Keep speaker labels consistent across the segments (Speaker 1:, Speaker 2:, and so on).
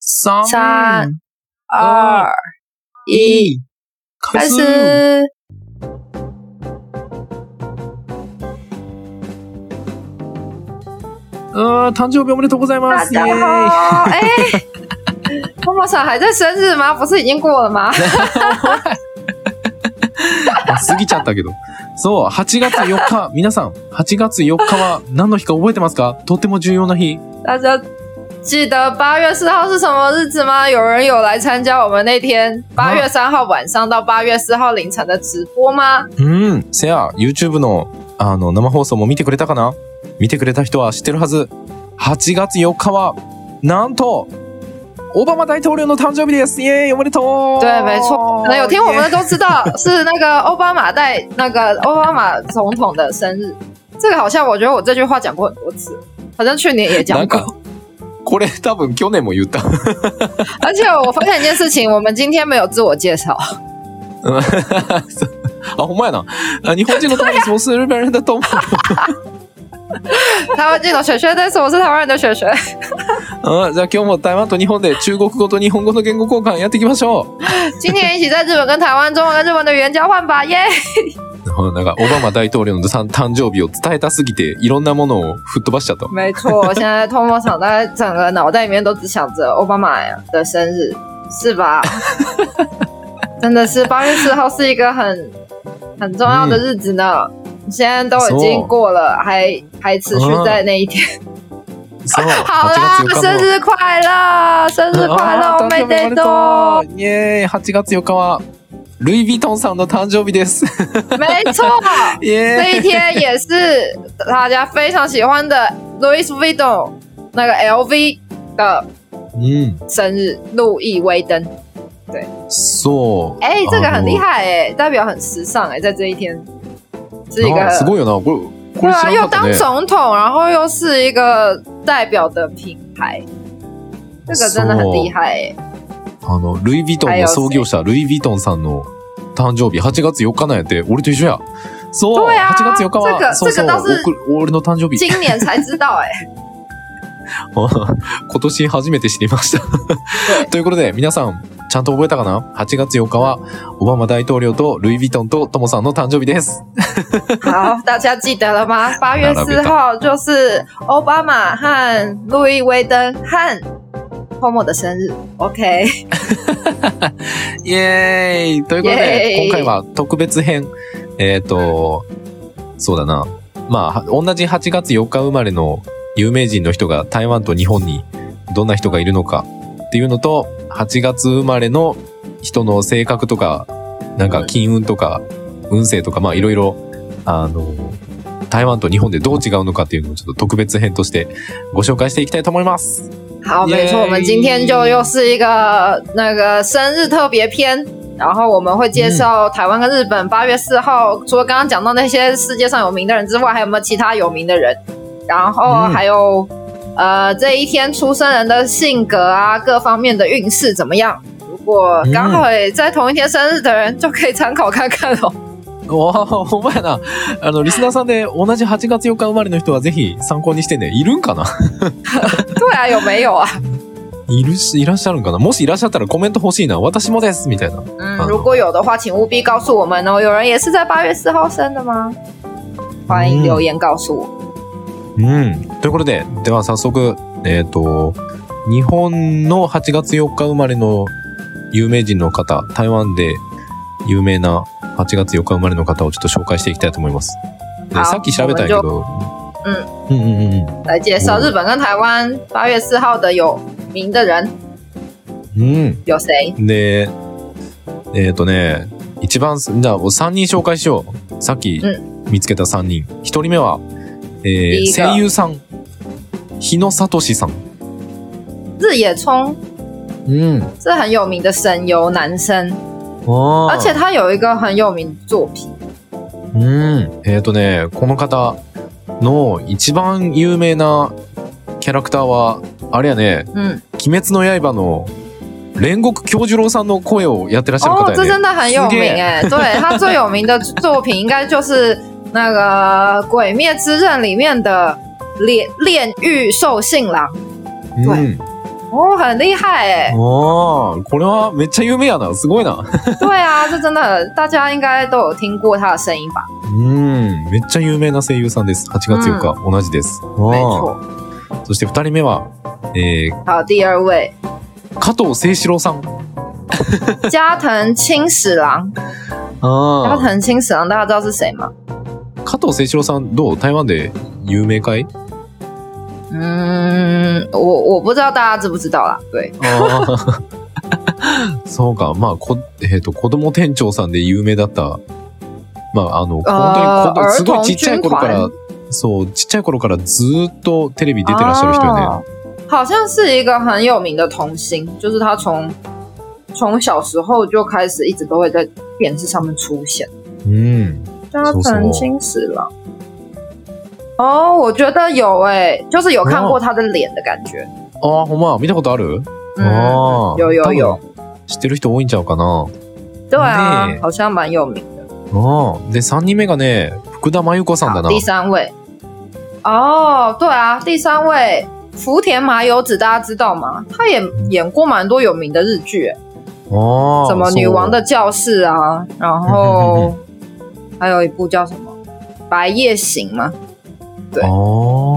Speaker 1: 三
Speaker 2: 三哦二一，开始。
Speaker 1: 呃，誕生日おめでとうございま
Speaker 2: 大
Speaker 1: す。
Speaker 2: 家
Speaker 1: イエーイ
Speaker 2: 好，哎、 妈妈桑还在生日吗？不是已经过了吗？
Speaker 1: あ過ぎちゃったけど。そう、8月4日、 皆さん、8月4日は何の日か覚えてますかとても重要な日。
Speaker 2: 大家记得八月四号是什么日子吗？有人有来参加我们那天八月三号晚上到八月四号凌晨的直播吗？
Speaker 1: うん、せや、YouTube の、あの、生放送も見てくれたかな見てくれた人は知ってるはず。8月4日は、なんと、オバマ大統領の誕生日ですイエーイおめでとう
Speaker 2: 对，没错，可能有听我们的都知 道，是那个奥巴马带那个奥巴马总统的生日。这个好像我觉得我这句话讲过很多次，好像去年也
Speaker 1: な
Speaker 2: 讲
Speaker 1: ん
Speaker 2: 过
Speaker 1: か。、これ多分去年も言った。
Speaker 2: 而且我发现一件事情，我们今天没有自我介绍，
Speaker 1: うんそう あ、ほんまやな。あ日本人の友達もす日本人だと思う。
Speaker 2: 台湾这种雪雪，但是我是台湾人的雪 雪。
Speaker 1: うん、じゃあ今日も台湾と日本で中国語と日本語の言語交換やっていきましょ
Speaker 2: 今天一起在日本跟台湾中文跟日文的语言交换吧，耶！
Speaker 1: う。うんなんか、オバマ大統領のさん誕生日を伝えたすぎて、いろんなものを吹っ飛ばしちゃった。
Speaker 2: 没错，现在通过厂大家整个脑袋里面都只想着奥巴马的生日，是 吧？真的是八月四号是一个很很重要的日子呢。现在都已经过了，还还持续在那一天。
Speaker 1: そう、
Speaker 2: 好啦
Speaker 1: 8月，4
Speaker 2: 生
Speaker 1: 日
Speaker 2: 日快乐，生日
Speaker 1: の。
Speaker 2: 快
Speaker 1: あ
Speaker 2: 乐，
Speaker 1: ー
Speaker 2: おめ
Speaker 1: 誕生日おめで
Speaker 2: でとう
Speaker 1: と。うイエーイ !8 月4日は、ルイ・ヴィトンさんの誕生日です。
Speaker 2: 没错，
Speaker 1: イエー
Speaker 2: 这
Speaker 1: イ
Speaker 2: 一天也是大家非常喜欢的 Louis Vuitton 那个 LV 的
Speaker 1: うん。
Speaker 2: 生日，路易威登。
Speaker 1: そう。
Speaker 2: 哎、这个很厉
Speaker 1: あ
Speaker 2: 害哎、代表很时尚哎、在这一天是一
Speaker 1: の。
Speaker 2: 个
Speaker 1: あすごいよな。これ、こ
Speaker 2: 对
Speaker 1: れ知
Speaker 2: 啊，
Speaker 1: ら
Speaker 2: 又
Speaker 1: なかった
Speaker 2: 当
Speaker 1: ね。
Speaker 2: 总统，然后又是一个代表的品牌，这个真的很厉害哎、
Speaker 1: あの、ルイ・ヴィトンの創業者、ルイ・ヴィトンさんの誕生日、8月4日なんやって、俺と一緒や。そう、
Speaker 2: そうや
Speaker 1: 8月4日
Speaker 2: 这
Speaker 1: は、
Speaker 2: 个
Speaker 1: そうそう、
Speaker 2: 这个倒是
Speaker 1: 僕俺の誕生日。
Speaker 2: 今年才知道哎、
Speaker 1: 今年初めて知りました。
Speaker 2: 对
Speaker 1: ということで、皆さん、ちゃんと覚えたかな ?8 月4日は、オバマ大統領とルイ・ヴィトンとトモさんの誕生日です。
Speaker 2: 好，大家记得了吗？八月四号就是奥巴马和路易威登和 Homo 的生日，OK，
Speaker 1: イエーイということ
Speaker 2: イエー
Speaker 1: で、
Speaker 2: イ
Speaker 1: 今回は特別編。えっ、と、そうだな。まあ、は同じ8月4日生まれの有名人の人が台湾と日本にどんな人がいるのかっていうのと、8月生まれの人の性格とか、なんか金運とか運勢とか、まあいろいろ、あの、台湾と日本でどう違うのかっていうのをちょっと特別編としてご紹介していきたいと思います。
Speaker 2: 好，没错，
Speaker 1: 耶
Speaker 2: 我们今天就又是一个那个生日特别篇，然后我们会介
Speaker 1: 嗯
Speaker 2: 绍台湾跟日本八月四号，除了刚刚讲到那些世界上有名的人之外，还有没有其他有名的人？然后
Speaker 1: 嗯
Speaker 2: 还有、呃这一天出生人的性格啊，各方面的运势怎么样？如果
Speaker 1: 嗯
Speaker 2: 刚好也在同一天生日的人，就可以参考看看哦喽。
Speaker 1: おお、ほんまやな。あの、リスナーさんで同じ8月4日生まれの人はぜひ参考にしてね。いるんかな
Speaker 2: 对啊，有没有啊？
Speaker 1: いるし、いらっしゃるんかなもしいらっしゃったらコメント欲しいな。私もですみたいな。
Speaker 2: 嗯，如果有的话，请务必告诉我们哦。有人也是在八月四号生的吗？欢
Speaker 1: 嗯
Speaker 2: 迎留言告诉我。
Speaker 1: うん。ということで、では早速、えっ、と、日本の8月4日生まれの有名人の方、台湾で有名な8月4日生まれの方をちょっと紹介していきたいと思います。で
Speaker 2: 好
Speaker 1: さっき調べたんやけど、うんうんうんうん。
Speaker 2: 来介绍
Speaker 1: 嗯
Speaker 2: 日本跟台湾八月四号的有名的人
Speaker 1: うん。
Speaker 2: 有谁？
Speaker 1: で、えっ、とね、一番す、じゃあ3人紹介しよう。さっき
Speaker 2: う
Speaker 1: 見つけた3人。1人目は、えー
Speaker 2: いいか
Speaker 1: 声優さん。日野聡さん。
Speaker 2: 日野聪
Speaker 1: うん。
Speaker 2: 是很有名的声优男生，而
Speaker 1: あ
Speaker 2: 且他有一个很有名的作品，
Speaker 1: うん。えっ、とね、この方の一番有名なキャラクターは、あれやね、
Speaker 2: 嗯，
Speaker 1: 鬼滅の刃の煉獄京次郎さんの声をやってらっしゃる
Speaker 2: 哦
Speaker 1: 方、
Speaker 2: 这
Speaker 1: やね。
Speaker 2: 真的很有名哎、对他最有名的作品应该就是那个《鬼灭之刃》里面的炼炼狱兽性郎，
Speaker 1: うん。。
Speaker 2: 哦，很厉害哎
Speaker 1: おー、これはめっちゃ有名やな。すごいな。
Speaker 2: 对啊，这真的大家应该都有听过他的声音吧？
Speaker 1: うん、めっちゃ有名な声優さんです。8月4日、同じです。
Speaker 2: 没
Speaker 1: お
Speaker 2: 错。
Speaker 1: ーそして2人目は、えー、
Speaker 2: 好，第二位
Speaker 1: 加藤清志郎さん。
Speaker 2: 加藤清史郎，加
Speaker 1: あー
Speaker 2: 藤清史郎大家知道是谁吗？
Speaker 1: 加藤清志郎さん、どう台湾で有名かい
Speaker 2: 嗯，我我不知道大家知不知道啦。对，
Speaker 1: あーそうか、まあ、こ、えっ、と、子供店長さんで有名だった。まあ、あの、
Speaker 2: あー
Speaker 1: 本当に子供、すごい
Speaker 2: 儿童
Speaker 1: ちっちゃい頃から
Speaker 2: 軍、
Speaker 1: そう、ちっちゃい頃からずーっとテレビ出てらっしゃる人よね。
Speaker 2: 哦好像是一个很有名的童星，就是他从从小时候就开始一直都会在电视上面出现。
Speaker 1: うん。
Speaker 2: 加藤清史郎。哦，我觉得有诶、就是有看过他的脸的感觉。
Speaker 1: ああ、ほんま、見たことある、
Speaker 2: 嗯，
Speaker 1: ああ。
Speaker 2: 有有有
Speaker 1: 多分。知ってる人多いんちゃうかな。
Speaker 2: 对啊
Speaker 1: ね，
Speaker 2: 好像蛮有名的。
Speaker 1: ああ。で、3人目がね、福田真由子さんだな。
Speaker 2: 好，第三位。哦，对啊，第三位福田麻由子，大家知道吗？她也演过蛮多有名的日剧、欸，
Speaker 1: ああ。
Speaker 2: 什么《女
Speaker 1: そ
Speaker 2: 王
Speaker 1: う
Speaker 2: 的教室》啊，然后还有一部叫什么《白夜行》吗？对
Speaker 1: ああ。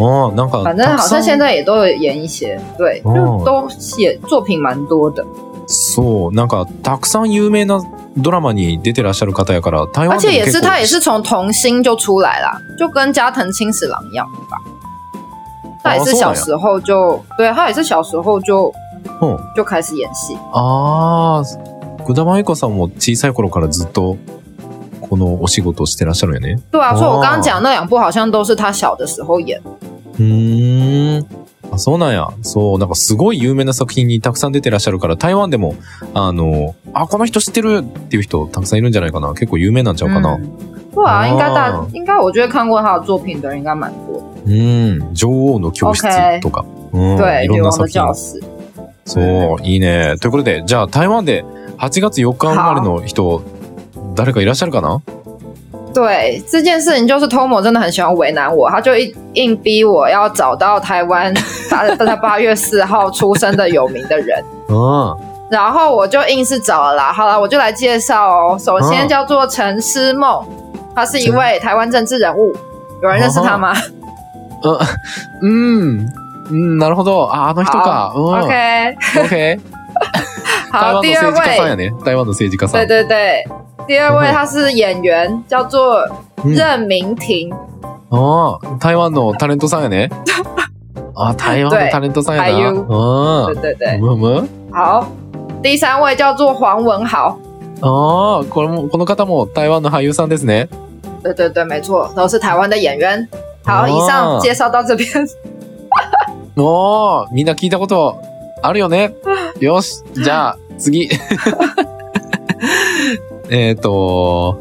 Speaker 1: ああ、なんか、
Speaker 2: 反正好像现
Speaker 1: 在。
Speaker 2: 在也都有演一些，对，就
Speaker 1: 哦
Speaker 2: 都写作品蛮多的。
Speaker 1: そう、なんか、たくさん有名なドラマに出てらっしゃる方やから、台
Speaker 2: 而
Speaker 1: 湾で
Speaker 2: 且
Speaker 1: も
Speaker 2: 也
Speaker 1: 結
Speaker 2: 是
Speaker 1: 構
Speaker 2: 他也是从童星就出来啦，就跟加藤清史郎一样吧。他也是小时候就，对他也是小时候就
Speaker 1: うん
Speaker 2: 就开始演戏。
Speaker 1: ああ、福田真由子さんも小さい頃からずっと、このお仕事をしてらっしゃるよね。
Speaker 2: 对啊，
Speaker 1: 哦
Speaker 2: 所以我刚刚讲那两部好像都是他小的时候演。
Speaker 1: うーん。あ、そうなんや。そう、なんかすごい有名な作品にたくさん出てらっしゃるから、台湾でも、あの、あ、この人知ってるっていう人たくさんいるんじゃないかな。結構有名なんちゃうかな。う
Speaker 2: 嗯对啊，应该大
Speaker 1: 哦
Speaker 2: 应该我觉得看过他的作品的人应该蛮多。
Speaker 1: ーん。女王の教室とか。うん。い
Speaker 2: 对，《
Speaker 1: ろ
Speaker 2: 女
Speaker 1: んな
Speaker 2: 王的
Speaker 1: 作
Speaker 2: 教
Speaker 1: 品。
Speaker 2: 室》
Speaker 1: そう、いいね。ということで、じゃあ台湾で8月4日生まれの人、誰かいらっしゃるかな
Speaker 2: 对这件事情，就是 Tomo 真的很喜欢为难我，他就一硬逼我要找到台 湾他他八月四号出生的有名的人。
Speaker 1: う
Speaker 2: 然后我就硬是找了啦。好了，我就来介绍哦。首先
Speaker 1: 嗯
Speaker 2: 叫做陈思梦，他是一位台湾政治人物，有人认识他吗、
Speaker 1: ん。うん。うん、なるほど。あ、あの人か。うん。
Speaker 2: o k
Speaker 1: OK 台湾
Speaker 2: 好，
Speaker 1: の
Speaker 2: 第二
Speaker 1: 政哦治家さんや
Speaker 2: 位，
Speaker 1: ね。台湾の政治家さ
Speaker 2: 对
Speaker 1: ん。
Speaker 2: 对对，第二位他是演员，叫做
Speaker 1: うん
Speaker 2: 任明婷，
Speaker 1: ああ、台湾のタレントさんや ね。あ、台湾のタレントさんや
Speaker 2: 俳優
Speaker 1: な。う
Speaker 2: 对
Speaker 1: ん。
Speaker 2: 对对，
Speaker 1: むむ
Speaker 2: 好。第三位叫做黄文豪，
Speaker 1: ああ、これも、この方も台湾の俳優さんですね。
Speaker 2: 对对对，没错，都是台湾的演员。好，
Speaker 1: 哦
Speaker 2: 以上介绍到这边。
Speaker 1: おー、みんな聞いたことあるよ ね。よし、じゃあ、次。えっと、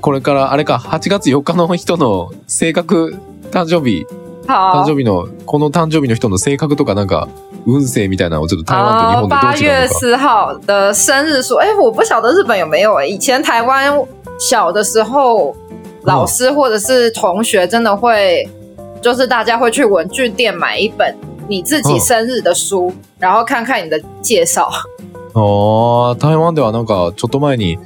Speaker 1: これから、あれか、8月4日の人の性格、誕生日、誕
Speaker 2: 好
Speaker 1: 生，日の、この誕生日の人の性格とかなんか、運勢みたいなのをちょっと台湾
Speaker 2: 啊
Speaker 1: と日本，
Speaker 2: 八
Speaker 1: でどう違
Speaker 2: 月
Speaker 1: うのか。
Speaker 2: 四号的生日说，哎、我不晓得日本有没有哎、以前台湾小的时候，老师或者是同学真的会，就是大家会去文具店买一本你自己
Speaker 1: 嗯
Speaker 2: 生日的书，然后看看你的介绍。
Speaker 1: あー台湾ではなんか、ちょっと前に、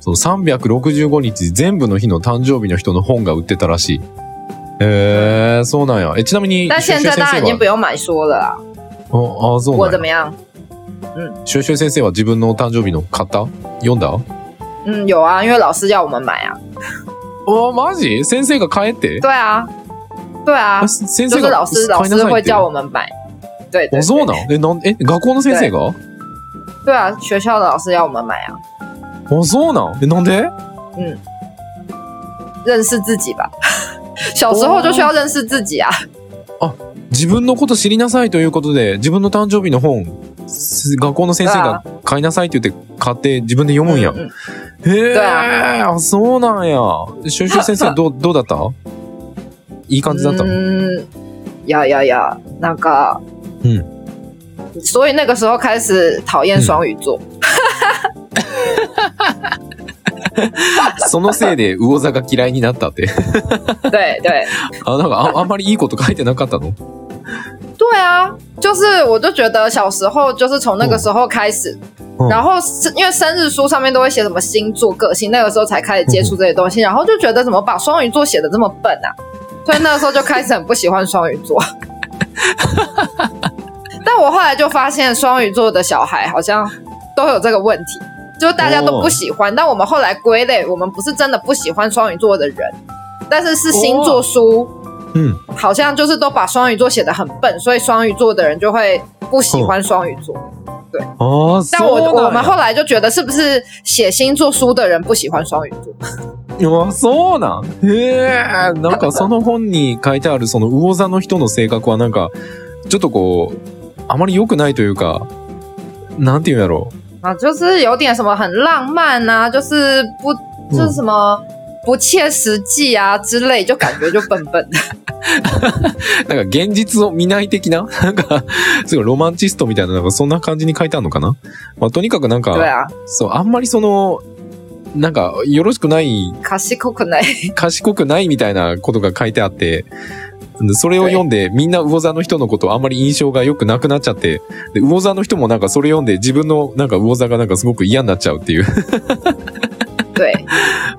Speaker 1: その365日全部の日の誕生日の人の本が売ってたらしい。へえー、そうなんや。え、ちなみに、
Speaker 2: 但
Speaker 1: シュウシ
Speaker 2: 现
Speaker 1: ュウ先
Speaker 2: 在当然
Speaker 1: 生
Speaker 2: 已经
Speaker 1: は
Speaker 2: 不用买书了啦。
Speaker 1: ああ、そう
Speaker 2: 我
Speaker 1: なんや。
Speaker 2: 怎么样？
Speaker 1: シュウシュウ先生は自分の誕生日の買った読んだ
Speaker 2: 嗯，有啊，因为老师要我们买
Speaker 1: 哎
Speaker 2: 啊。
Speaker 1: おー、マジ先生が買えって
Speaker 2: 对啊，对啊
Speaker 1: あ、，先
Speaker 2: 就
Speaker 1: 生
Speaker 2: 是
Speaker 1: が
Speaker 2: 老师老
Speaker 1: 買いな
Speaker 2: 师
Speaker 1: さい
Speaker 2: 会
Speaker 1: って。
Speaker 2: 叫我们买。对对
Speaker 1: あ、そうなんえ、
Speaker 2: 对，
Speaker 1: なん、え、学校の先生が
Speaker 2: 对啊，学校的老师要我们买啊，
Speaker 1: あ、そうなんえ、なんで
Speaker 2: 认识自己吧。 小时候就需要认识自己啊。
Speaker 1: 自分のこと知りなさいということで、自分の誕生日の本、す学校の先生が買いなさいって言って買って自分で読むんや。
Speaker 2: 嗯
Speaker 1: へえ、
Speaker 2: だ
Speaker 1: あ、そうなんや。シュウシュウ先生どう、どうだったいい感じだったの、
Speaker 2: 嗯，呀呀呀，那个，
Speaker 1: 嗯，
Speaker 2: 所以那个时候开始讨厌双鱼座。
Speaker 1: そのせいで魚座が嫌いになったって。
Speaker 2: 对对
Speaker 1: あ、なんかああんまりいいこと書いてなかったの
Speaker 2: 对对啊，就是我就觉得小时候就是从那个时候开始，
Speaker 1: 嗯
Speaker 2: 然后是因为生日书上面都会写什么星座、个性，那个时候才开始接触这些东西，然后就觉得怎么把双鱼座写的这么笨啊，所以那个时候就开始很不喜欢双鱼座。但我后来就发现双鱼座的小孩好像都有这个问题，就是大家都不喜欢。但我们后来归类，我们不是真的不喜欢双鱼座的人，但是是星座书。
Speaker 1: 嗯，
Speaker 2: 好像就是都把双鱼座写得很笨，所以双鱼座的人就会不喜欢双鱼座。
Speaker 1: 哦，
Speaker 2: 但我
Speaker 1: そうなんや
Speaker 2: 我们后来就嗯觉得，是不是写星座书的人不喜欢双鱼座？
Speaker 1: あそうなんへえなんかその本に書いてあるその魚座の人の性格はなんかちょっとこうあまり良くないというかなんていうんやろ
Speaker 2: 啊，就是有点什么很浪漫啊，就是不就是什么不切实际啊之类，就感觉就笨笨的。
Speaker 1: うなんか現実を見ない的な なんかすごいロマンチストみたいななんかそんな感じに書いてあるのかな、まあ、とにかくなんか
Speaker 2: 对 啊，
Speaker 1: そうあんまりそのなんかよろしくない
Speaker 2: 卡西库可奈。
Speaker 1: 賢くないみたいなことが書いてあってそれを読んでみんな魚座の人のことあんまり印象が良くなくなっちゃってで魚座の人もなんかそれ読んで自分のなんか魚座がなんかすごく嫌になっちゃうっていう
Speaker 2: 对，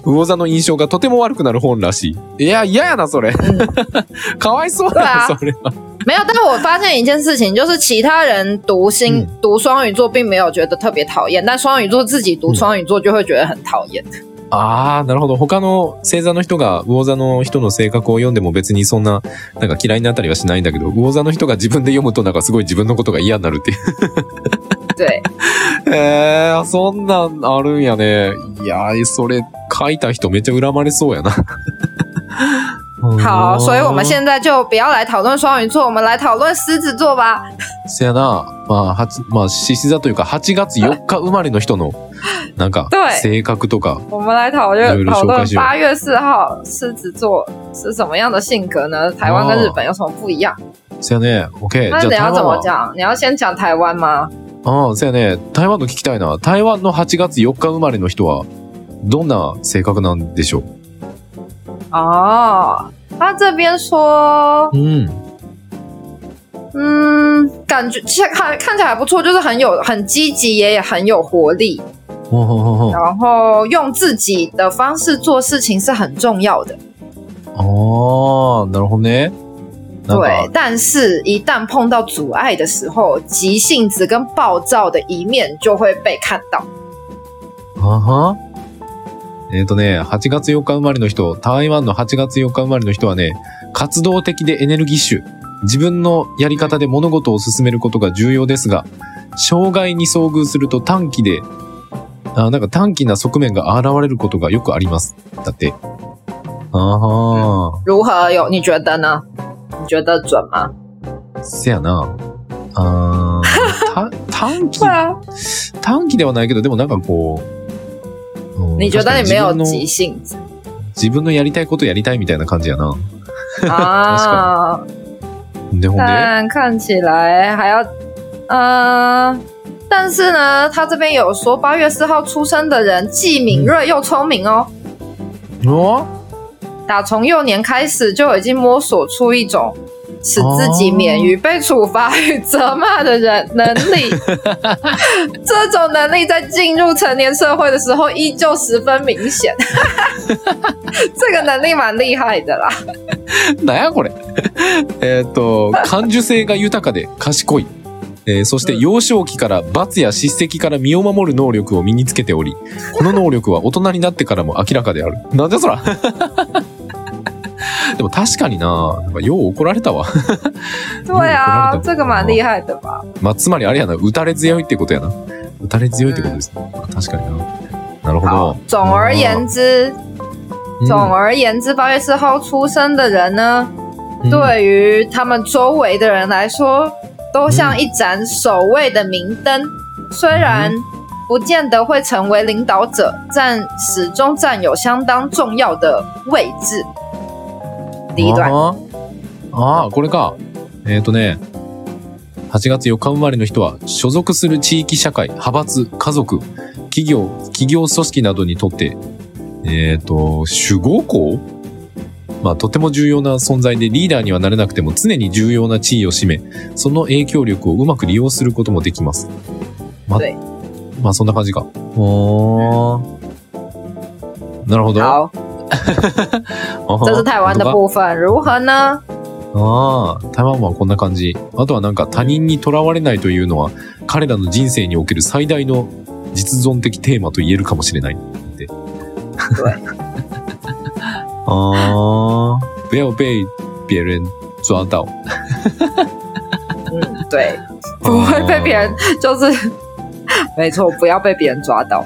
Speaker 1: 魚座の印象がとても悪くなる本らしいいや嫌やなそれ かわいそうや
Speaker 2: う
Speaker 1: な
Speaker 2: わ
Speaker 1: それは
Speaker 2: 没有。但我发现一件事情，就是其他人读星、
Speaker 1: 嗯
Speaker 2: 读双鱼座并没有觉得特别讨厌，但双鱼座自己读
Speaker 1: 嗯
Speaker 2: 双鱼座就会觉得很讨厌。
Speaker 1: ああなるほど他の星座の人が魚座の人の性格を読んでも別にそんななんか嫌いになったりはしないんだけど魚座の人が自分で読むとなんかすごい自分のことが嫌になるっていう
Speaker 2: 对，
Speaker 1: えー、そんなんあるんやね。いやー、それ書いた人めっちゃ恨まれそうや な。
Speaker 2: 好，所以我们
Speaker 1: 哦
Speaker 2: 现在就不要来讨论双鱼座，我们来讨论狮子座吧。
Speaker 1: せやな、まあ、はちまあ、獅子座というか、8月4日生まれの人の、なん か
Speaker 2: 对、
Speaker 1: 性格とか、
Speaker 2: 我们来讨
Speaker 1: 有一
Speaker 2: 论
Speaker 1: 个
Speaker 2: 讨
Speaker 1: 说
Speaker 2: 论
Speaker 1: 开始
Speaker 2: 八月四号狮子座是什么样的性格呢？台湾跟日本有什么不一样？
Speaker 1: せやね、OK。
Speaker 2: 那
Speaker 1: じゃあ、
Speaker 2: 你
Speaker 1: 台
Speaker 2: 要
Speaker 1: 湾
Speaker 2: 怎么
Speaker 1: は、
Speaker 2: 讲？你要先讲台湾吗？
Speaker 1: うん、せやね、台湾の聞きたいな。台湾の8月4日生まれの人は、どんな性格なんでしょう
Speaker 2: 哦，他这边说，
Speaker 1: うん。
Speaker 2: 嗯，感觉其实看看起来还不错，就是很有很积极，也也很有活力，
Speaker 1: ほうほうほうほう
Speaker 2: 然后用自己的方式做事情是很重要的。
Speaker 1: あー、なるほどね。なん
Speaker 2: 对
Speaker 1: か，、
Speaker 2: 但是一旦碰到阻碍的时候，急性子跟暴躁的一面就会被看到。
Speaker 1: あはえっ、とね、8月4日生まれの人、台湾の8月4日生まれの人はね、活動的でエネルギッシュ。自分のやり方で物事を進めることが重要ですが、障害に遭遇すると短期で、あなんか短期な側面が現れることがよくあります。だって。あは
Speaker 2: 如何有？你觉得呢？你觉得准吗？
Speaker 1: せやな。あーた短期、
Speaker 2: 啊，
Speaker 1: 短期ではないけど、でもなんかこう、うん
Speaker 2: 你觉得你没有
Speaker 1: 確かに自分の
Speaker 2: 急性子
Speaker 1: 自分のやりたいことやりたいみたいな感じやな。
Speaker 2: 啊？
Speaker 1: で、ほんで。
Speaker 2: 但看起来还要，呃，但是呢，他这边有说八月四号出生的人既敏锐又聪明哦。
Speaker 1: お
Speaker 2: 打从幼年开始就已经摸索出一种使自己免
Speaker 1: 哦
Speaker 2: 于被处罚与责骂的人能 力。这种能力在进入成年社会的时候依旧十分明 显。这个能力蛮厉害的啦。
Speaker 1: なんやこれ。 えーっと、感受性が豊かで賢い。えーそして
Speaker 2: うん
Speaker 1: 幼少期から罰や叱責から身を守る能力を身につけており、この能力は大人になってからも明らかである。なんでそら でも確かにな、なんかよう怒られたわ。
Speaker 2: 对
Speaker 1: 嗯
Speaker 2: 啊
Speaker 1: 我，知道
Speaker 2: 这个蛮厉害的吧？
Speaker 1: まあ、つまりあれやな、打たれ強いってことやな。打たれ強いってことですね。確かにな。なるほど。，
Speaker 2: 好总而言
Speaker 1: う
Speaker 2: 之，
Speaker 1: ん
Speaker 2: 总而言之，八月四号出生的人呢，
Speaker 1: うん
Speaker 2: 对于他们周围的人来说，都像一盏守卫的明灯，虽然不见得会成为领导者，但始终占有相当重要的位置。第一段，
Speaker 1: あーあー、これか。えっ、とね、8月4日生まれの人は、所属する地域社会、派閥、家族、企業、企業組織などにとって、えっ、と、守護校まあ、とても重要な存在でリーダーにはなれなくても常に重要な地位を占め、その影響力をうまく利用することもできます。ま
Speaker 2: 对、
Speaker 1: まあ、そんな感じか。おー。なるほど。
Speaker 2: 好，
Speaker 1: あは
Speaker 2: 这是台湾的部分，如何呢？
Speaker 1: ああ、台湾はこんな感じ。あとはなんか他人にとらわれないというのは、彼らの人生における最大の実存的テーマと言えるかもしれない。って。ああ、不要被别人抓到。
Speaker 2: 嗯，对，
Speaker 1: 哦
Speaker 2: 不会被别人，就是，没错，不要被别人抓到，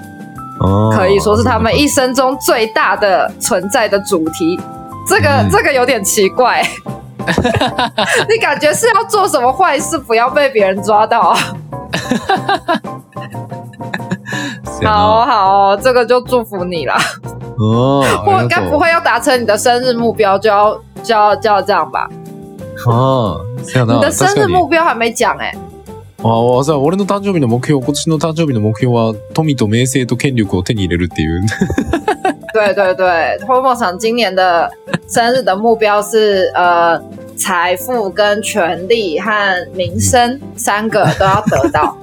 Speaker 1: あー。
Speaker 2: 可以说是他们
Speaker 1: 一
Speaker 2: 一生中最大的存在的主题。这个、
Speaker 1: 嗯
Speaker 2: 这个有点奇怪，你感觉是要做什么坏事不要被别人抓到啊？好哦好哦，这个就祝福你啦。我
Speaker 1: 我
Speaker 2: 该不会要达成你的生日目标，就要就要就要这样吧？
Speaker 1: ああ、せやな。
Speaker 2: 你的生
Speaker 1: 確
Speaker 2: 日
Speaker 1: かに
Speaker 2: 目标还没讲哎、
Speaker 1: ああ、さ、俺の誕生日の目標、今年の誕生日の目標は、富と名声と権力を手に入れるっていう。
Speaker 2: 对对对，Homo 厂今年的生日的目标是呃，财富、跟权力和民生三个都要得到，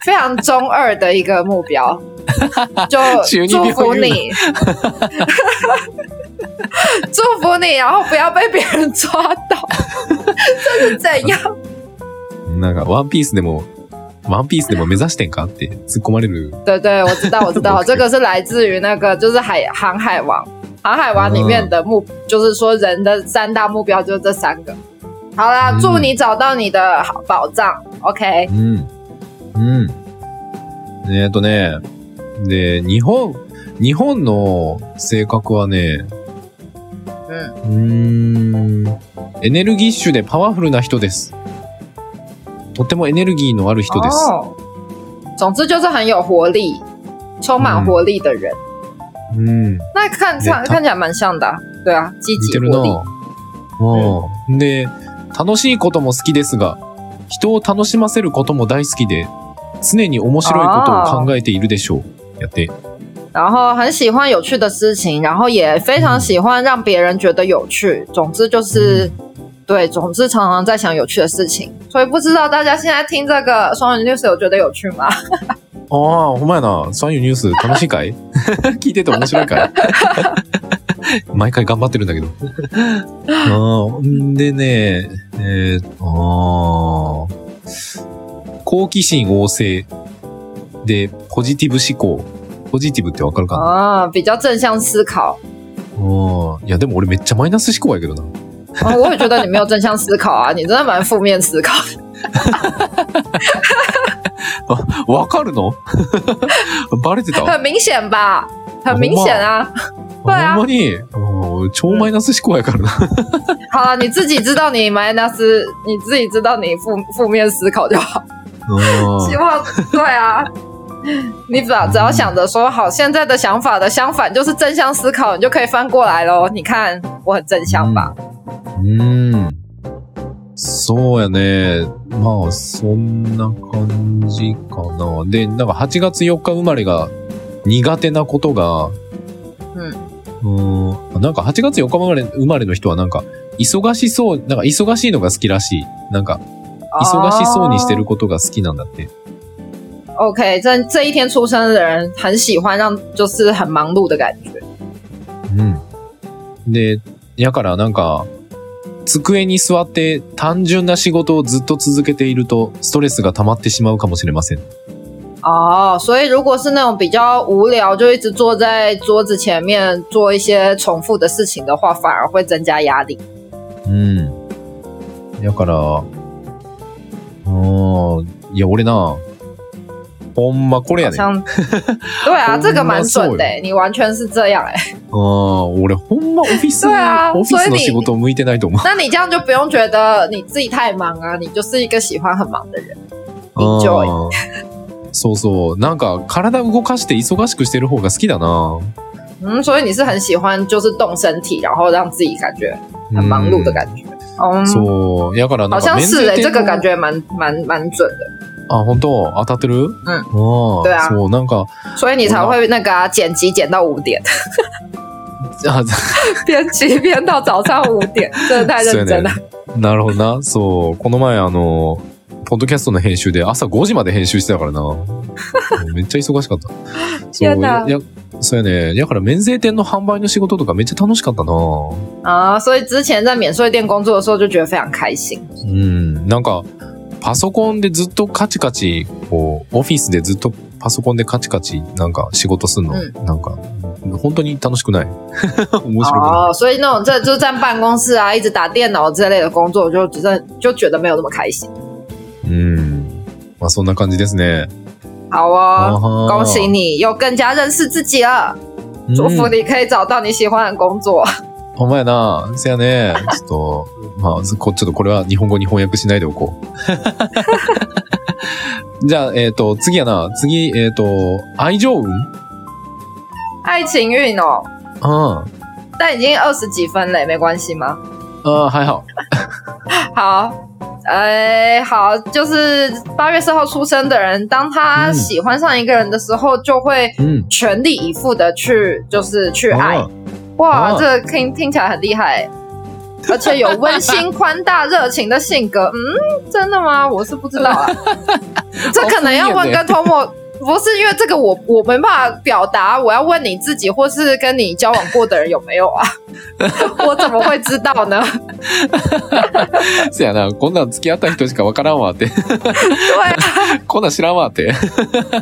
Speaker 2: 非常中二的一个目标。就
Speaker 1: 请你
Speaker 2: 祝福
Speaker 1: 不要
Speaker 2: 你， 祝福你，然后不要被别人抓到， 这是怎样？
Speaker 1: なんか、ワンピースでも、ワンピースでも目指してんかって突っ込まれる。
Speaker 2: 对对，我知道，我知道，
Speaker 1: OK
Speaker 2: 这个是来自于那个就是海《航海王》，《航海王》里面的目，就是说人的三大目标就是这三个。好啦，
Speaker 1: 嗯
Speaker 2: 祝你找到你的好宝藏。OK，
Speaker 1: うん。うん。えっ、とね、で、日本、日本の性格はね、うーん、エネルギッシュでパワフルな人です。とてもエネルギーのある人です。
Speaker 2: 哦，总之就是很有活力，充满活力的人。
Speaker 1: うん。
Speaker 2: 那看上
Speaker 1: 对他
Speaker 2: 看起来蛮像的啊、对啊，积
Speaker 1: 似
Speaker 2: 极
Speaker 1: てる
Speaker 2: 活
Speaker 1: な
Speaker 2: 力。
Speaker 1: うん。で、楽しいことも好きですが、人を楽しませることも大好きで、常に面白いことを考えているでしょう。やって。
Speaker 2: 然后很喜欢有趣的事情，然后也非常喜欢让别人觉得有趣。总之就是，对，总之常常在想有趣的事情。所以不知道大家现在听这个双语 news 有觉得有趣吗？
Speaker 1: ああ、ほんまやな。三遊ニュース楽しいか い聞いてて面白いかい 毎回頑張ってるんだけど。 ああ、んでね、えー、ああ、好奇心旺盛で、ポジティブ思考。ポジティブってわかるかな
Speaker 2: 啊，比较正向思考。
Speaker 1: うん。いや、でも俺めっちゃマイナス思考やけどな。
Speaker 2: 啊，我也觉得你没有正向思考啊， 你真的蛮负面思考。
Speaker 1: わかるの バレてた
Speaker 2: 很明显吧？很明显啊。
Speaker 1: ほ
Speaker 2: ほら
Speaker 1: んまに、うん超マイナス思考やからな。
Speaker 2: 好了，你自己知道你 minus，你自己知道你负负面思考就好。
Speaker 1: うん
Speaker 2: 希望对啊，你只要只要想着说好现在的想法的相反就是正向思考，你就可以翻过来喽。你看我很正向吧？
Speaker 1: 嗯うん。そうやね。まあ、そんな感じかな。で、なんか8月4日生まれが苦手なことが、うん。ん。なんか8月4日生まれ生まれの人はなんか、忙しそう、なんか忙しいのが好きらしい。なんか、忙しそうにしてることが好きなんだって。
Speaker 2: 哦 OK，这这一天出生的人很喜欢让就是很忙碌的感觉。
Speaker 1: うん。で、やからなんか、机に座って単純な仕事をずっと続けているとストレスが溜まってしまうかもしれません。
Speaker 2: 哦，所以如果是那种比较无聊，就一直坐在桌子前面做一些重复的事情的话，反而会增加压力。
Speaker 1: うん。やから、うん。いや、俺な、ほんまこれやね
Speaker 2: 好
Speaker 1: ん。うん。
Speaker 2: 像，对啊，这个蛮准的、
Speaker 1: 我
Speaker 2: 你完全是这样哎、
Speaker 1: 俺ほんまオフィス、
Speaker 2: そうや
Speaker 1: オフィス
Speaker 2: そ
Speaker 1: の
Speaker 2: れに
Speaker 1: 仕事向いてないと思う。
Speaker 2: 那你这样就不用觉得你自己太忙啊，你就是一个喜欢很忙的人。enjoy
Speaker 1: うんそうそう。なんか、体動かして忙しくしてる方が好きだな。
Speaker 2: 嗯，所以你是很喜欢就是动身体，然后让自己感觉很忙碌的感觉。嗯，
Speaker 1: そう。やからなんか
Speaker 2: 好像
Speaker 1: 免
Speaker 2: 是
Speaker 1: 税
Speaker 2: 哎、这
Speaker 1: 店
Speaker 2: 个
Speaker 1: の
Speaker 2: 感觉蛮蛮蛮准的，
Speaker 1: あ、本当当たってるうん。ああ
Speaker 2: 对啊
Speaker 1: そう、なんか、
Speaker 2: 所以你才会那个、啊、剪辑剪到五点。
Speaker 1: あ、
Speaker 2: 边骑边到早上五点，真的太
Speaker 1: そうや
Speaker 2: 认真了
Speaker 1: ね。。なるほどな。そう。この前、あの、ポッドキャストの編集で朝5時まで編集してたからな。 めっちゃ忙しかった。そう
Speaker 2: やだ
Speaker 1: やそうやね。だから免税店の販売の仕事とかめっちゃ楽しかったな。
Speaker 2: 啊，所以之前在免税店工作的时候就觉得非常开心。
Speaker 1: うん。なんか、パソコンでずっとカチカチ、こう、オフィスでずっとパソコンでカチカチ、なんか仕事すんの。
Speaker 2: うん
Speaker 1: なんか、本当に楽しく ない。面白くない。
Speaker 2: 哦，所以那种在就是在办公室啊，一直打电脑之类的工作，我就只是就觉得没有那么开心。
Speaker 1: うん。まあそんな感じですね。
Speaker 2: 好哦，
Speaker 1: 哦
Speaker 2: 恭喜你又更加认识自己了，祝福你可以找到你喜欢的工作。
Speaker 1: ほんまやな。せやね。ちょっと、 まあ、ずこちょっとこれは日本語に翻訳しないでおこう。じ ゃあ、えっ、と、次やな。次、えっ、と、愛情運
Speaker 2: 爱情运哦，
Speaker 1: あ
Speaker 2: 但已经二十几分了，没关系吗？
Speaker 1: あ、ああ、はいは
Speaker 2: 好，哎，好，就是八月四号出生的人，当他
Speaker 1: 嗯
Speaker 2: 喜欢上一个人的时候，就会
Speaker 1: い。うん。
Speaker 2: 全力以赴的去，就是去爱。
Speaker 1: あ
Speaker 2: 哇，
Speaker 1: 哦
Speaker 2: 这个听听起来很 厉害，而且有温馨、宽大、热情的性格。嗯，真的吗？我是不知 道啊，这可能要问跟
Speaker 1: 啊
Speaker 2: Tomo。不是因为这个我我没办法表达，我要问你自己，或是跟你交往过的人有没有啊？ 我怎么会知道 呢？
Speaker 1: あせやな。こんなん付き合った人しかわからんわって。
Speaker 2: 对啊，
Speaker 1: こんなん知らんわって。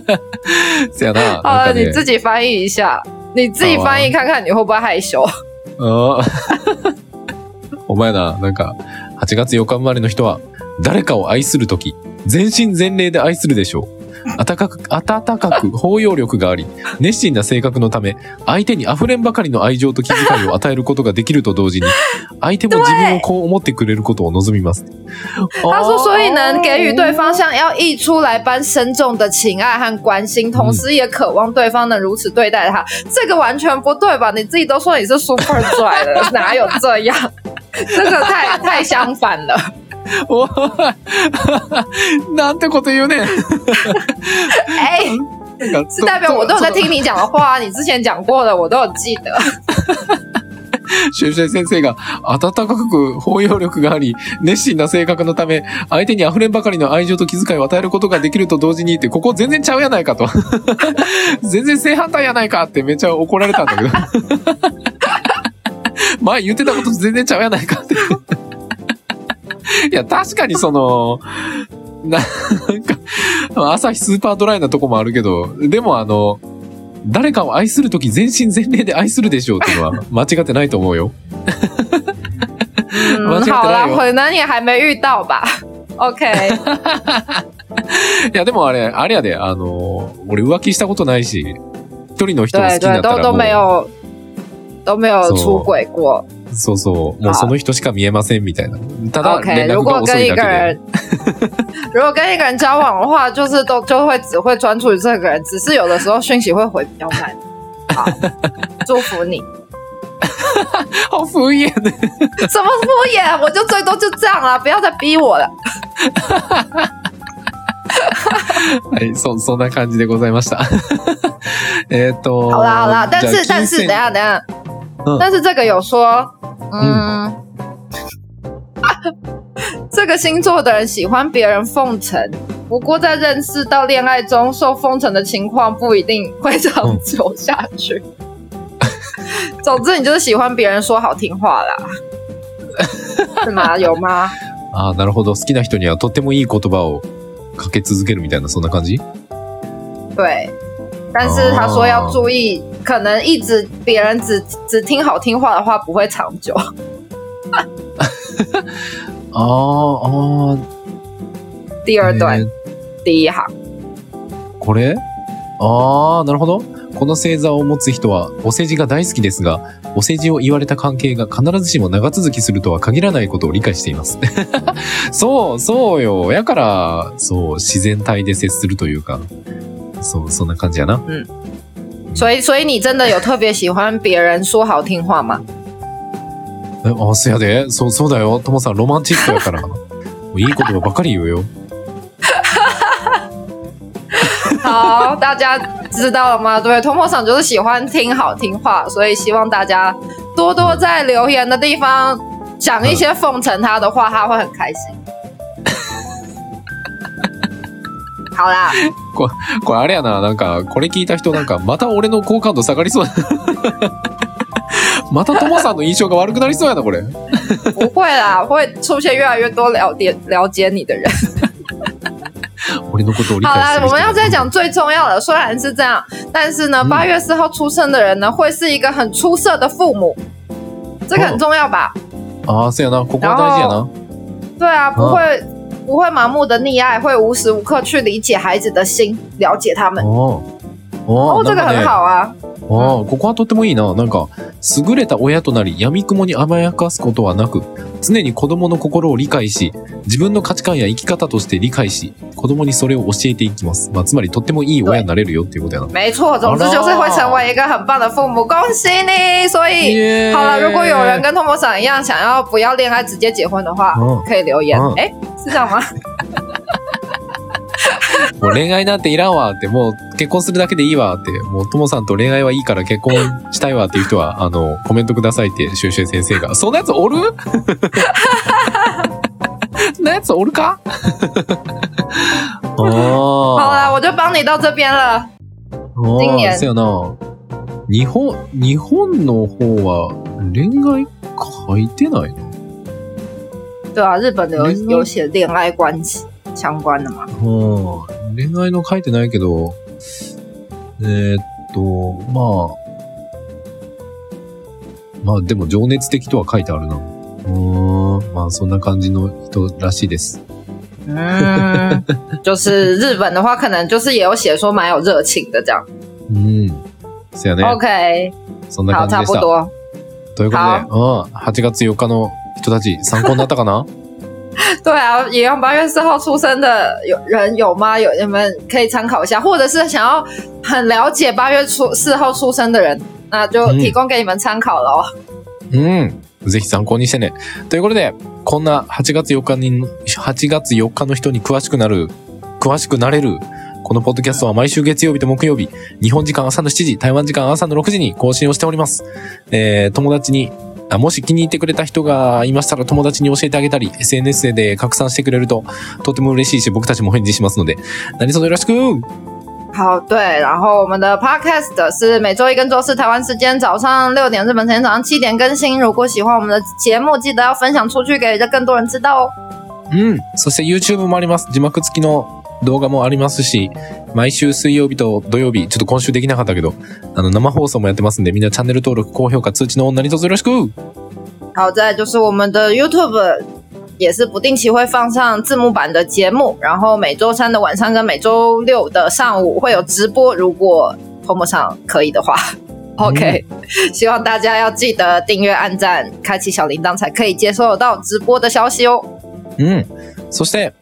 Speaker 1: せやな。
Speaker 2: 好
Speaker 1: なんかね
Speaker 2: 了呃你自己翻译一下，你自己翻译看看你会不会害羞。
Speaker 1: あー お前な、なんか、8月4日生まれの人は、誰かを愛するとき、全身全霊で愛するでしょう。温かく、温かく包容力があり、熱心な性格のため、相手に溢れんばかりの愛情と気遣いを与えることができると同時に、相手も自分をこう思ってくれることを望みます。
Speaker 2: 他说：“所以能给予对方想要溢出来般深重的情爱和关心，同时也渴望对方能如此对待他，这个完全不对吧？你自己都说你是 super 拽 了，哪有这样？这个太太相反了。
Speaker 1: おー なんてこと言うねん。
Speaker 2: 哎、
Speaker 1: なんか
Speaker 2: 是代表我都有在听你讲的话，你之前讲过的我都有记得。
Speaker 1: シュウシュウ先生が温かく包容力があり、熱心な性格のため、相手に溢れんばかりの愛情と気遣いを与えることができると同時にって、ここ全然ちゃうやないかと。 全然正反対やないかってめっちゃ怒られたんだけど。 前言ってたことと全然ちゃうやないかって。いや、確かにその、ななんか、朝日スーパードライなとこもあるけど、でもあの、誰かを愛するとき全身全霊で愛するでしょうっていうのは間違ってないと思うよ。我
Speaker 2: 嗯，
Speaker 1: 记得
Speaker 2: 好啦，
Speaker 1: 有
Speaker 2: 可能你还没遇到吧。OK，
Speaker 1: い や、でもあれ、あれやで、あの、俺浮気したことないし、一人の人を好き
Speaker 2: 对
Speaker 1: になっ
Speaker 2: 对，
Speaker 1: た
Speaker 2: 都
Speaker 1: ら
Speaker 2: 都
Speaker 1: も
Speaker 2: 没有都没有
Speaker 1: そう
Speaker 2: 出轨
Speaker 1: う、
Speaker 2: 过。
Speaker 1: そうそう、もうその人しか見えませんみたいな。ただ、
Speaker 2: OK，
Speaker 1: 連
Speaker 2: 如
Speaker 1: 絡が
Speaker 2: 果
Speaker 1: 遅
Speaker 2: 跟
Speaker 1: い
Speaker 2: 一
Speaker 1: だけ
Speaker 2: 个
Speaker 1: で。
Speaker 2: 人，如果跟一个人交往的话，就是都就会只会专注于这个人，只是有的时候讯息会回比较慢。好，祝福你。
Speaker 1: 好敷衍ね。
Speaker 2: 什么敷衍？我就最多就这样了，不要再逼我了。
Speaker 1: はい、そ、そんな感じでございました。 えーっと。
Speaker 2: 好啦好啦，但
Speaker 1: じゃ
Speaker 2: 是
Speaker 1: あ
Speaker 2: 但是
Speaker 1: 金銭
Speaker 2: 等一下等一下
Speaker 1: 嗯，
Speaker 2: 但是这个有说，嗯。 这个星座的人喜欢别人奉承，不过在认识到恋爱中受奉承的情况不一定会长久下去。总之，你就是喜欢别人说好听话啦，是吗？有吗？
Speaker 1: ああ、なるほど。好きな人にはとってもいい言葉をかけ続けるみたいな、そんな感じ
Speaker 2: 对，但是他说要注意，可能一直别人只只听好听话的话不会长久。
Speaker 1: ああ、ああ、
Speaker 2: 第二段、
Speaker 1: えー
Speaker 2: 第一行，
Speaker 1: これああ、なるほど。この星座を持つ人は、お世辞が大好きですが、お世辞を言われた関係が必ずしも長続きするとは限らないことを理解しています。 そう、そうよ。やから、そう、自然体で接するというか、そう、そんな感じやな。
Speaker 2: 所以所以你真的有特别喜欢别人说好听话吗？
Speaker 1: えあ、そやで。そう、そうだよ。ともさん、ロマンチックやから。 もういい言葉ばかり言うよ。
Speaker 2: 好，大家知道了吗？对，童梦想就是喜欢听好听话，所以希望大家多多在留言的地方讲一些奉承他的话，他会很开心。好啦，
Speaker 1: これあれやな、なんか、これ聞いた人なんか、また俺の好感度下がりそう。 またともさんの印象が悪くなりそうやな、これ。
Speaker 2: 不会啦，会出现越来越多了解了解你的人。
Speaker 1: 俺のことを理
Speaker 2: 好
Speaker 1: 解す
Speaker 2: 啦，
Speaker 1: る。
Speaker 2: 我们要再。讲最重要的。虽然是这样，但是呢，
Speaker 1: 嗯
Speaker 2: 八月四号出生的人呢，会是一个很出色的父母，这个很重要吧？
Speaker 1: 哦ああ、そうやな。ここは大事やな。
Speaker 2: 对啊，
Speaker 1: 哦
Speaker 2: 不会、不会盲目的溺爱，会无时无刻去理解孩子的心，了解他们。
Speaker 1: おーおー
Speaker 2: 哦，这个
Speaker 1: なんか
Speaker 2: 很
Speaker 1: ね
Speaker 2: 好啊。
Speaker 1: ああ、ここはとてもいいな。なんか、優れた親となり、闇雲に甘やかすことはなく、常に子供の心を理解し、自分の価値観や生き方として理解し、子供にそれを教えていきます。まあ、つまり、とってもいい親になれるよっていうことやな。
Speaker 2: 没错，总之就是会成为一个很棒的父母，恭喜你！所以、
Speaker 1: 耶
Speaker 2: 好了，如果有人跟托莫桑一样想要不要恋爱直接结婚的话，
Speaker 1: 嗯
Speaker 2: 可以留言
Speaker 1: 嗯。
Speaker 2: 哎、是这样吗？
Speaker 1: もう恋愛なんていらんわって、もう結婚するだけでいいわって、もうともさんと恋愛はいいから結婚したいわっていう人は、あの、コメントくださいって、シュウシュウ先生が。 そんなやつおるそんなやつおる かおー
Speaker 2: 好了，我就帮你到这边了。
Speaker 1: お
Speaker 2: 人
Speaker 1: ー
Speaker 2: 間
Speaker 1: そうやな。日本、日本の方は恋愛書いてないな。
Speaker 2: 对啊，日本的有
Speaker 1: 嗯
Speaker 2: 有写恋爱关系相关的嘛？
Speaker 1: うん恋愛の書いてないけど、えーっと、まあ、まあでも情熱的とは書いてあるな。うーん、まあそんな感じの人らしいです。
Speaker 2: 嗯， 就是日本的话，可能就是也有写说蛮有热情的这样。
Speaker 1: うん。そうやね。
Speaker 2: OK，
Speaker 1: そんな
Speaker 2: 好，
Speaker 1: 感じ
Speaker 2: 差
Speaker 1: でし
Speaker 2: 不
Speaker 1: た。
Speaker 2: 多。
Speaker 1: ということで、うん、8月4日の人たち参考になったかな
Speaker 2: 对啊，也要八月四号出生的有人有吗？有你们可以参考一下，或者是想要很了解八月初四号出生的人，那就
Speaker 1: 嗯
Speaker 2: 提供给你们参考了哦。
Speaker 1: うん。ぜひ参考にしてね。ということで、こんな8月4日に、8月4日の人に詳しくなる、詳しくなれる、このポッドキャストは毎週月曜日と木曜日、日本時間朝の7時、台湾時間朝の6時に更新をしております。えー、友達に、あもし気に入ってくれた人がいましたら友達に教えてあげたり、SNS で拡散してくれると、とても嬉しいし、僕たちも返事しますので、何卒よろしく
Speaker 2: 好，对，然后我们的 podcast 是每周一跟周四台湾时间早上六点，日本时间早上七点更新。如果喜欢我们的节目，记得要分享出去，给更多人知道哦。
Speaker 1: うん。そして YouTube もあります。字幕付きの動画もありますし、毎週水曜日と土曜日、ちょっと今週できなかったけど、あの、生放送もやってますんで、みんなチャンネル登録、高評価、通知の女にとぞよろしく
Speaker 2: 好，再来就是我们的 YouTube 也是不定期会放上字幕版的节目，然后每周三的晚上跟每周六的上午会有直播，如果头目上可以的话。OK，、希望大家要记得订阅、按赞、开启小铃铛，才可以接收到直播的消息哦。
Speaker 1: うん。そして、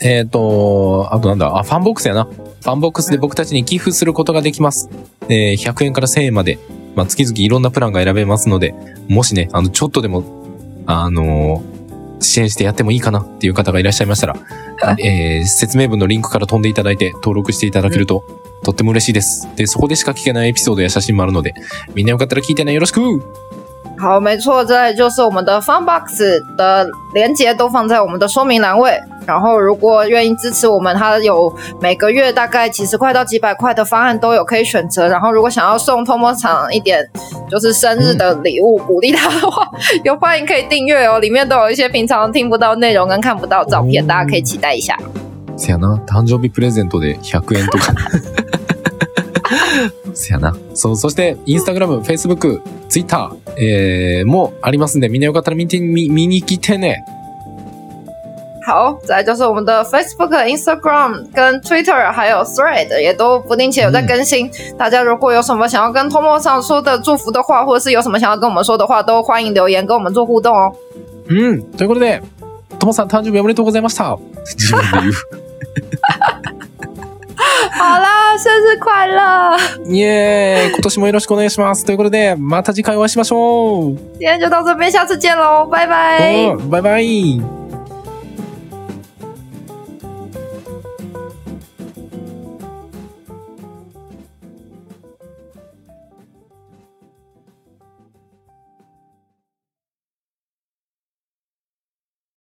Speaker 1: えっ、と、あとなんだ、あ、ファンボックスやな。ファンボックスで僕たちに寄付することができます。えー100円から1000円まで、まあ、月々いろんなプランが選べますので、もしね、あの、ちょっとでも、あのー支援してやってもいいかなっていう方がいらっしゃいましたら、えー説明文のリンクから飛んでいただいて登録していただけると、とっても嬉しいです。で、そこでしか聞けないエピソードや写真もあるので、みんなよかったら聞いてね、よろしく
Speaker 2: 好，没错，这就是我们的 Funbox 的连接都放在我们的说明栏位。然后，如果愿意支持我们，它有每个月大概几十块到几百块的方案都有可以选择。然后，如果想要送通通厂一点就是生日的礼物、鼓励他的话， 有欢迎可以订阅哦，里面都有一些平常听不到内容跟看不到照片，
Speaker 1: 嗯
Speaker 2: 大家可以期待一下。
Speaker 1: せやな、誕生日プレゼントで100円と か。せやな。そう、そして、インスタグラム、フェイスブック、ツイッター、えー、もありますんで、みんなよかったら見て、見、見に来てね。
Speaker 2: 好，再来就是我们的 Facebook、Instagram 跟 Twitter 还有 Thread 也都不定期有在更新。大家如果有什么想要跟 Tomo 上说的祝福的话，或者是有什么想要跟我们说的话，都欢迎留言跟我们做互动哦。
Speaker 1: うん。ということで、ともさん誕生日おめでとうございました。自分で言う。
Speaker 2: 好啦，生日快乐！
Speaker 1: イエーイ今年もよろしくお願いします。ということで、また次回お会いしましょう、哦
Speaker 2: 今天就到这边，下次见喽，拜拜。
Speaker 1: うんバイバイ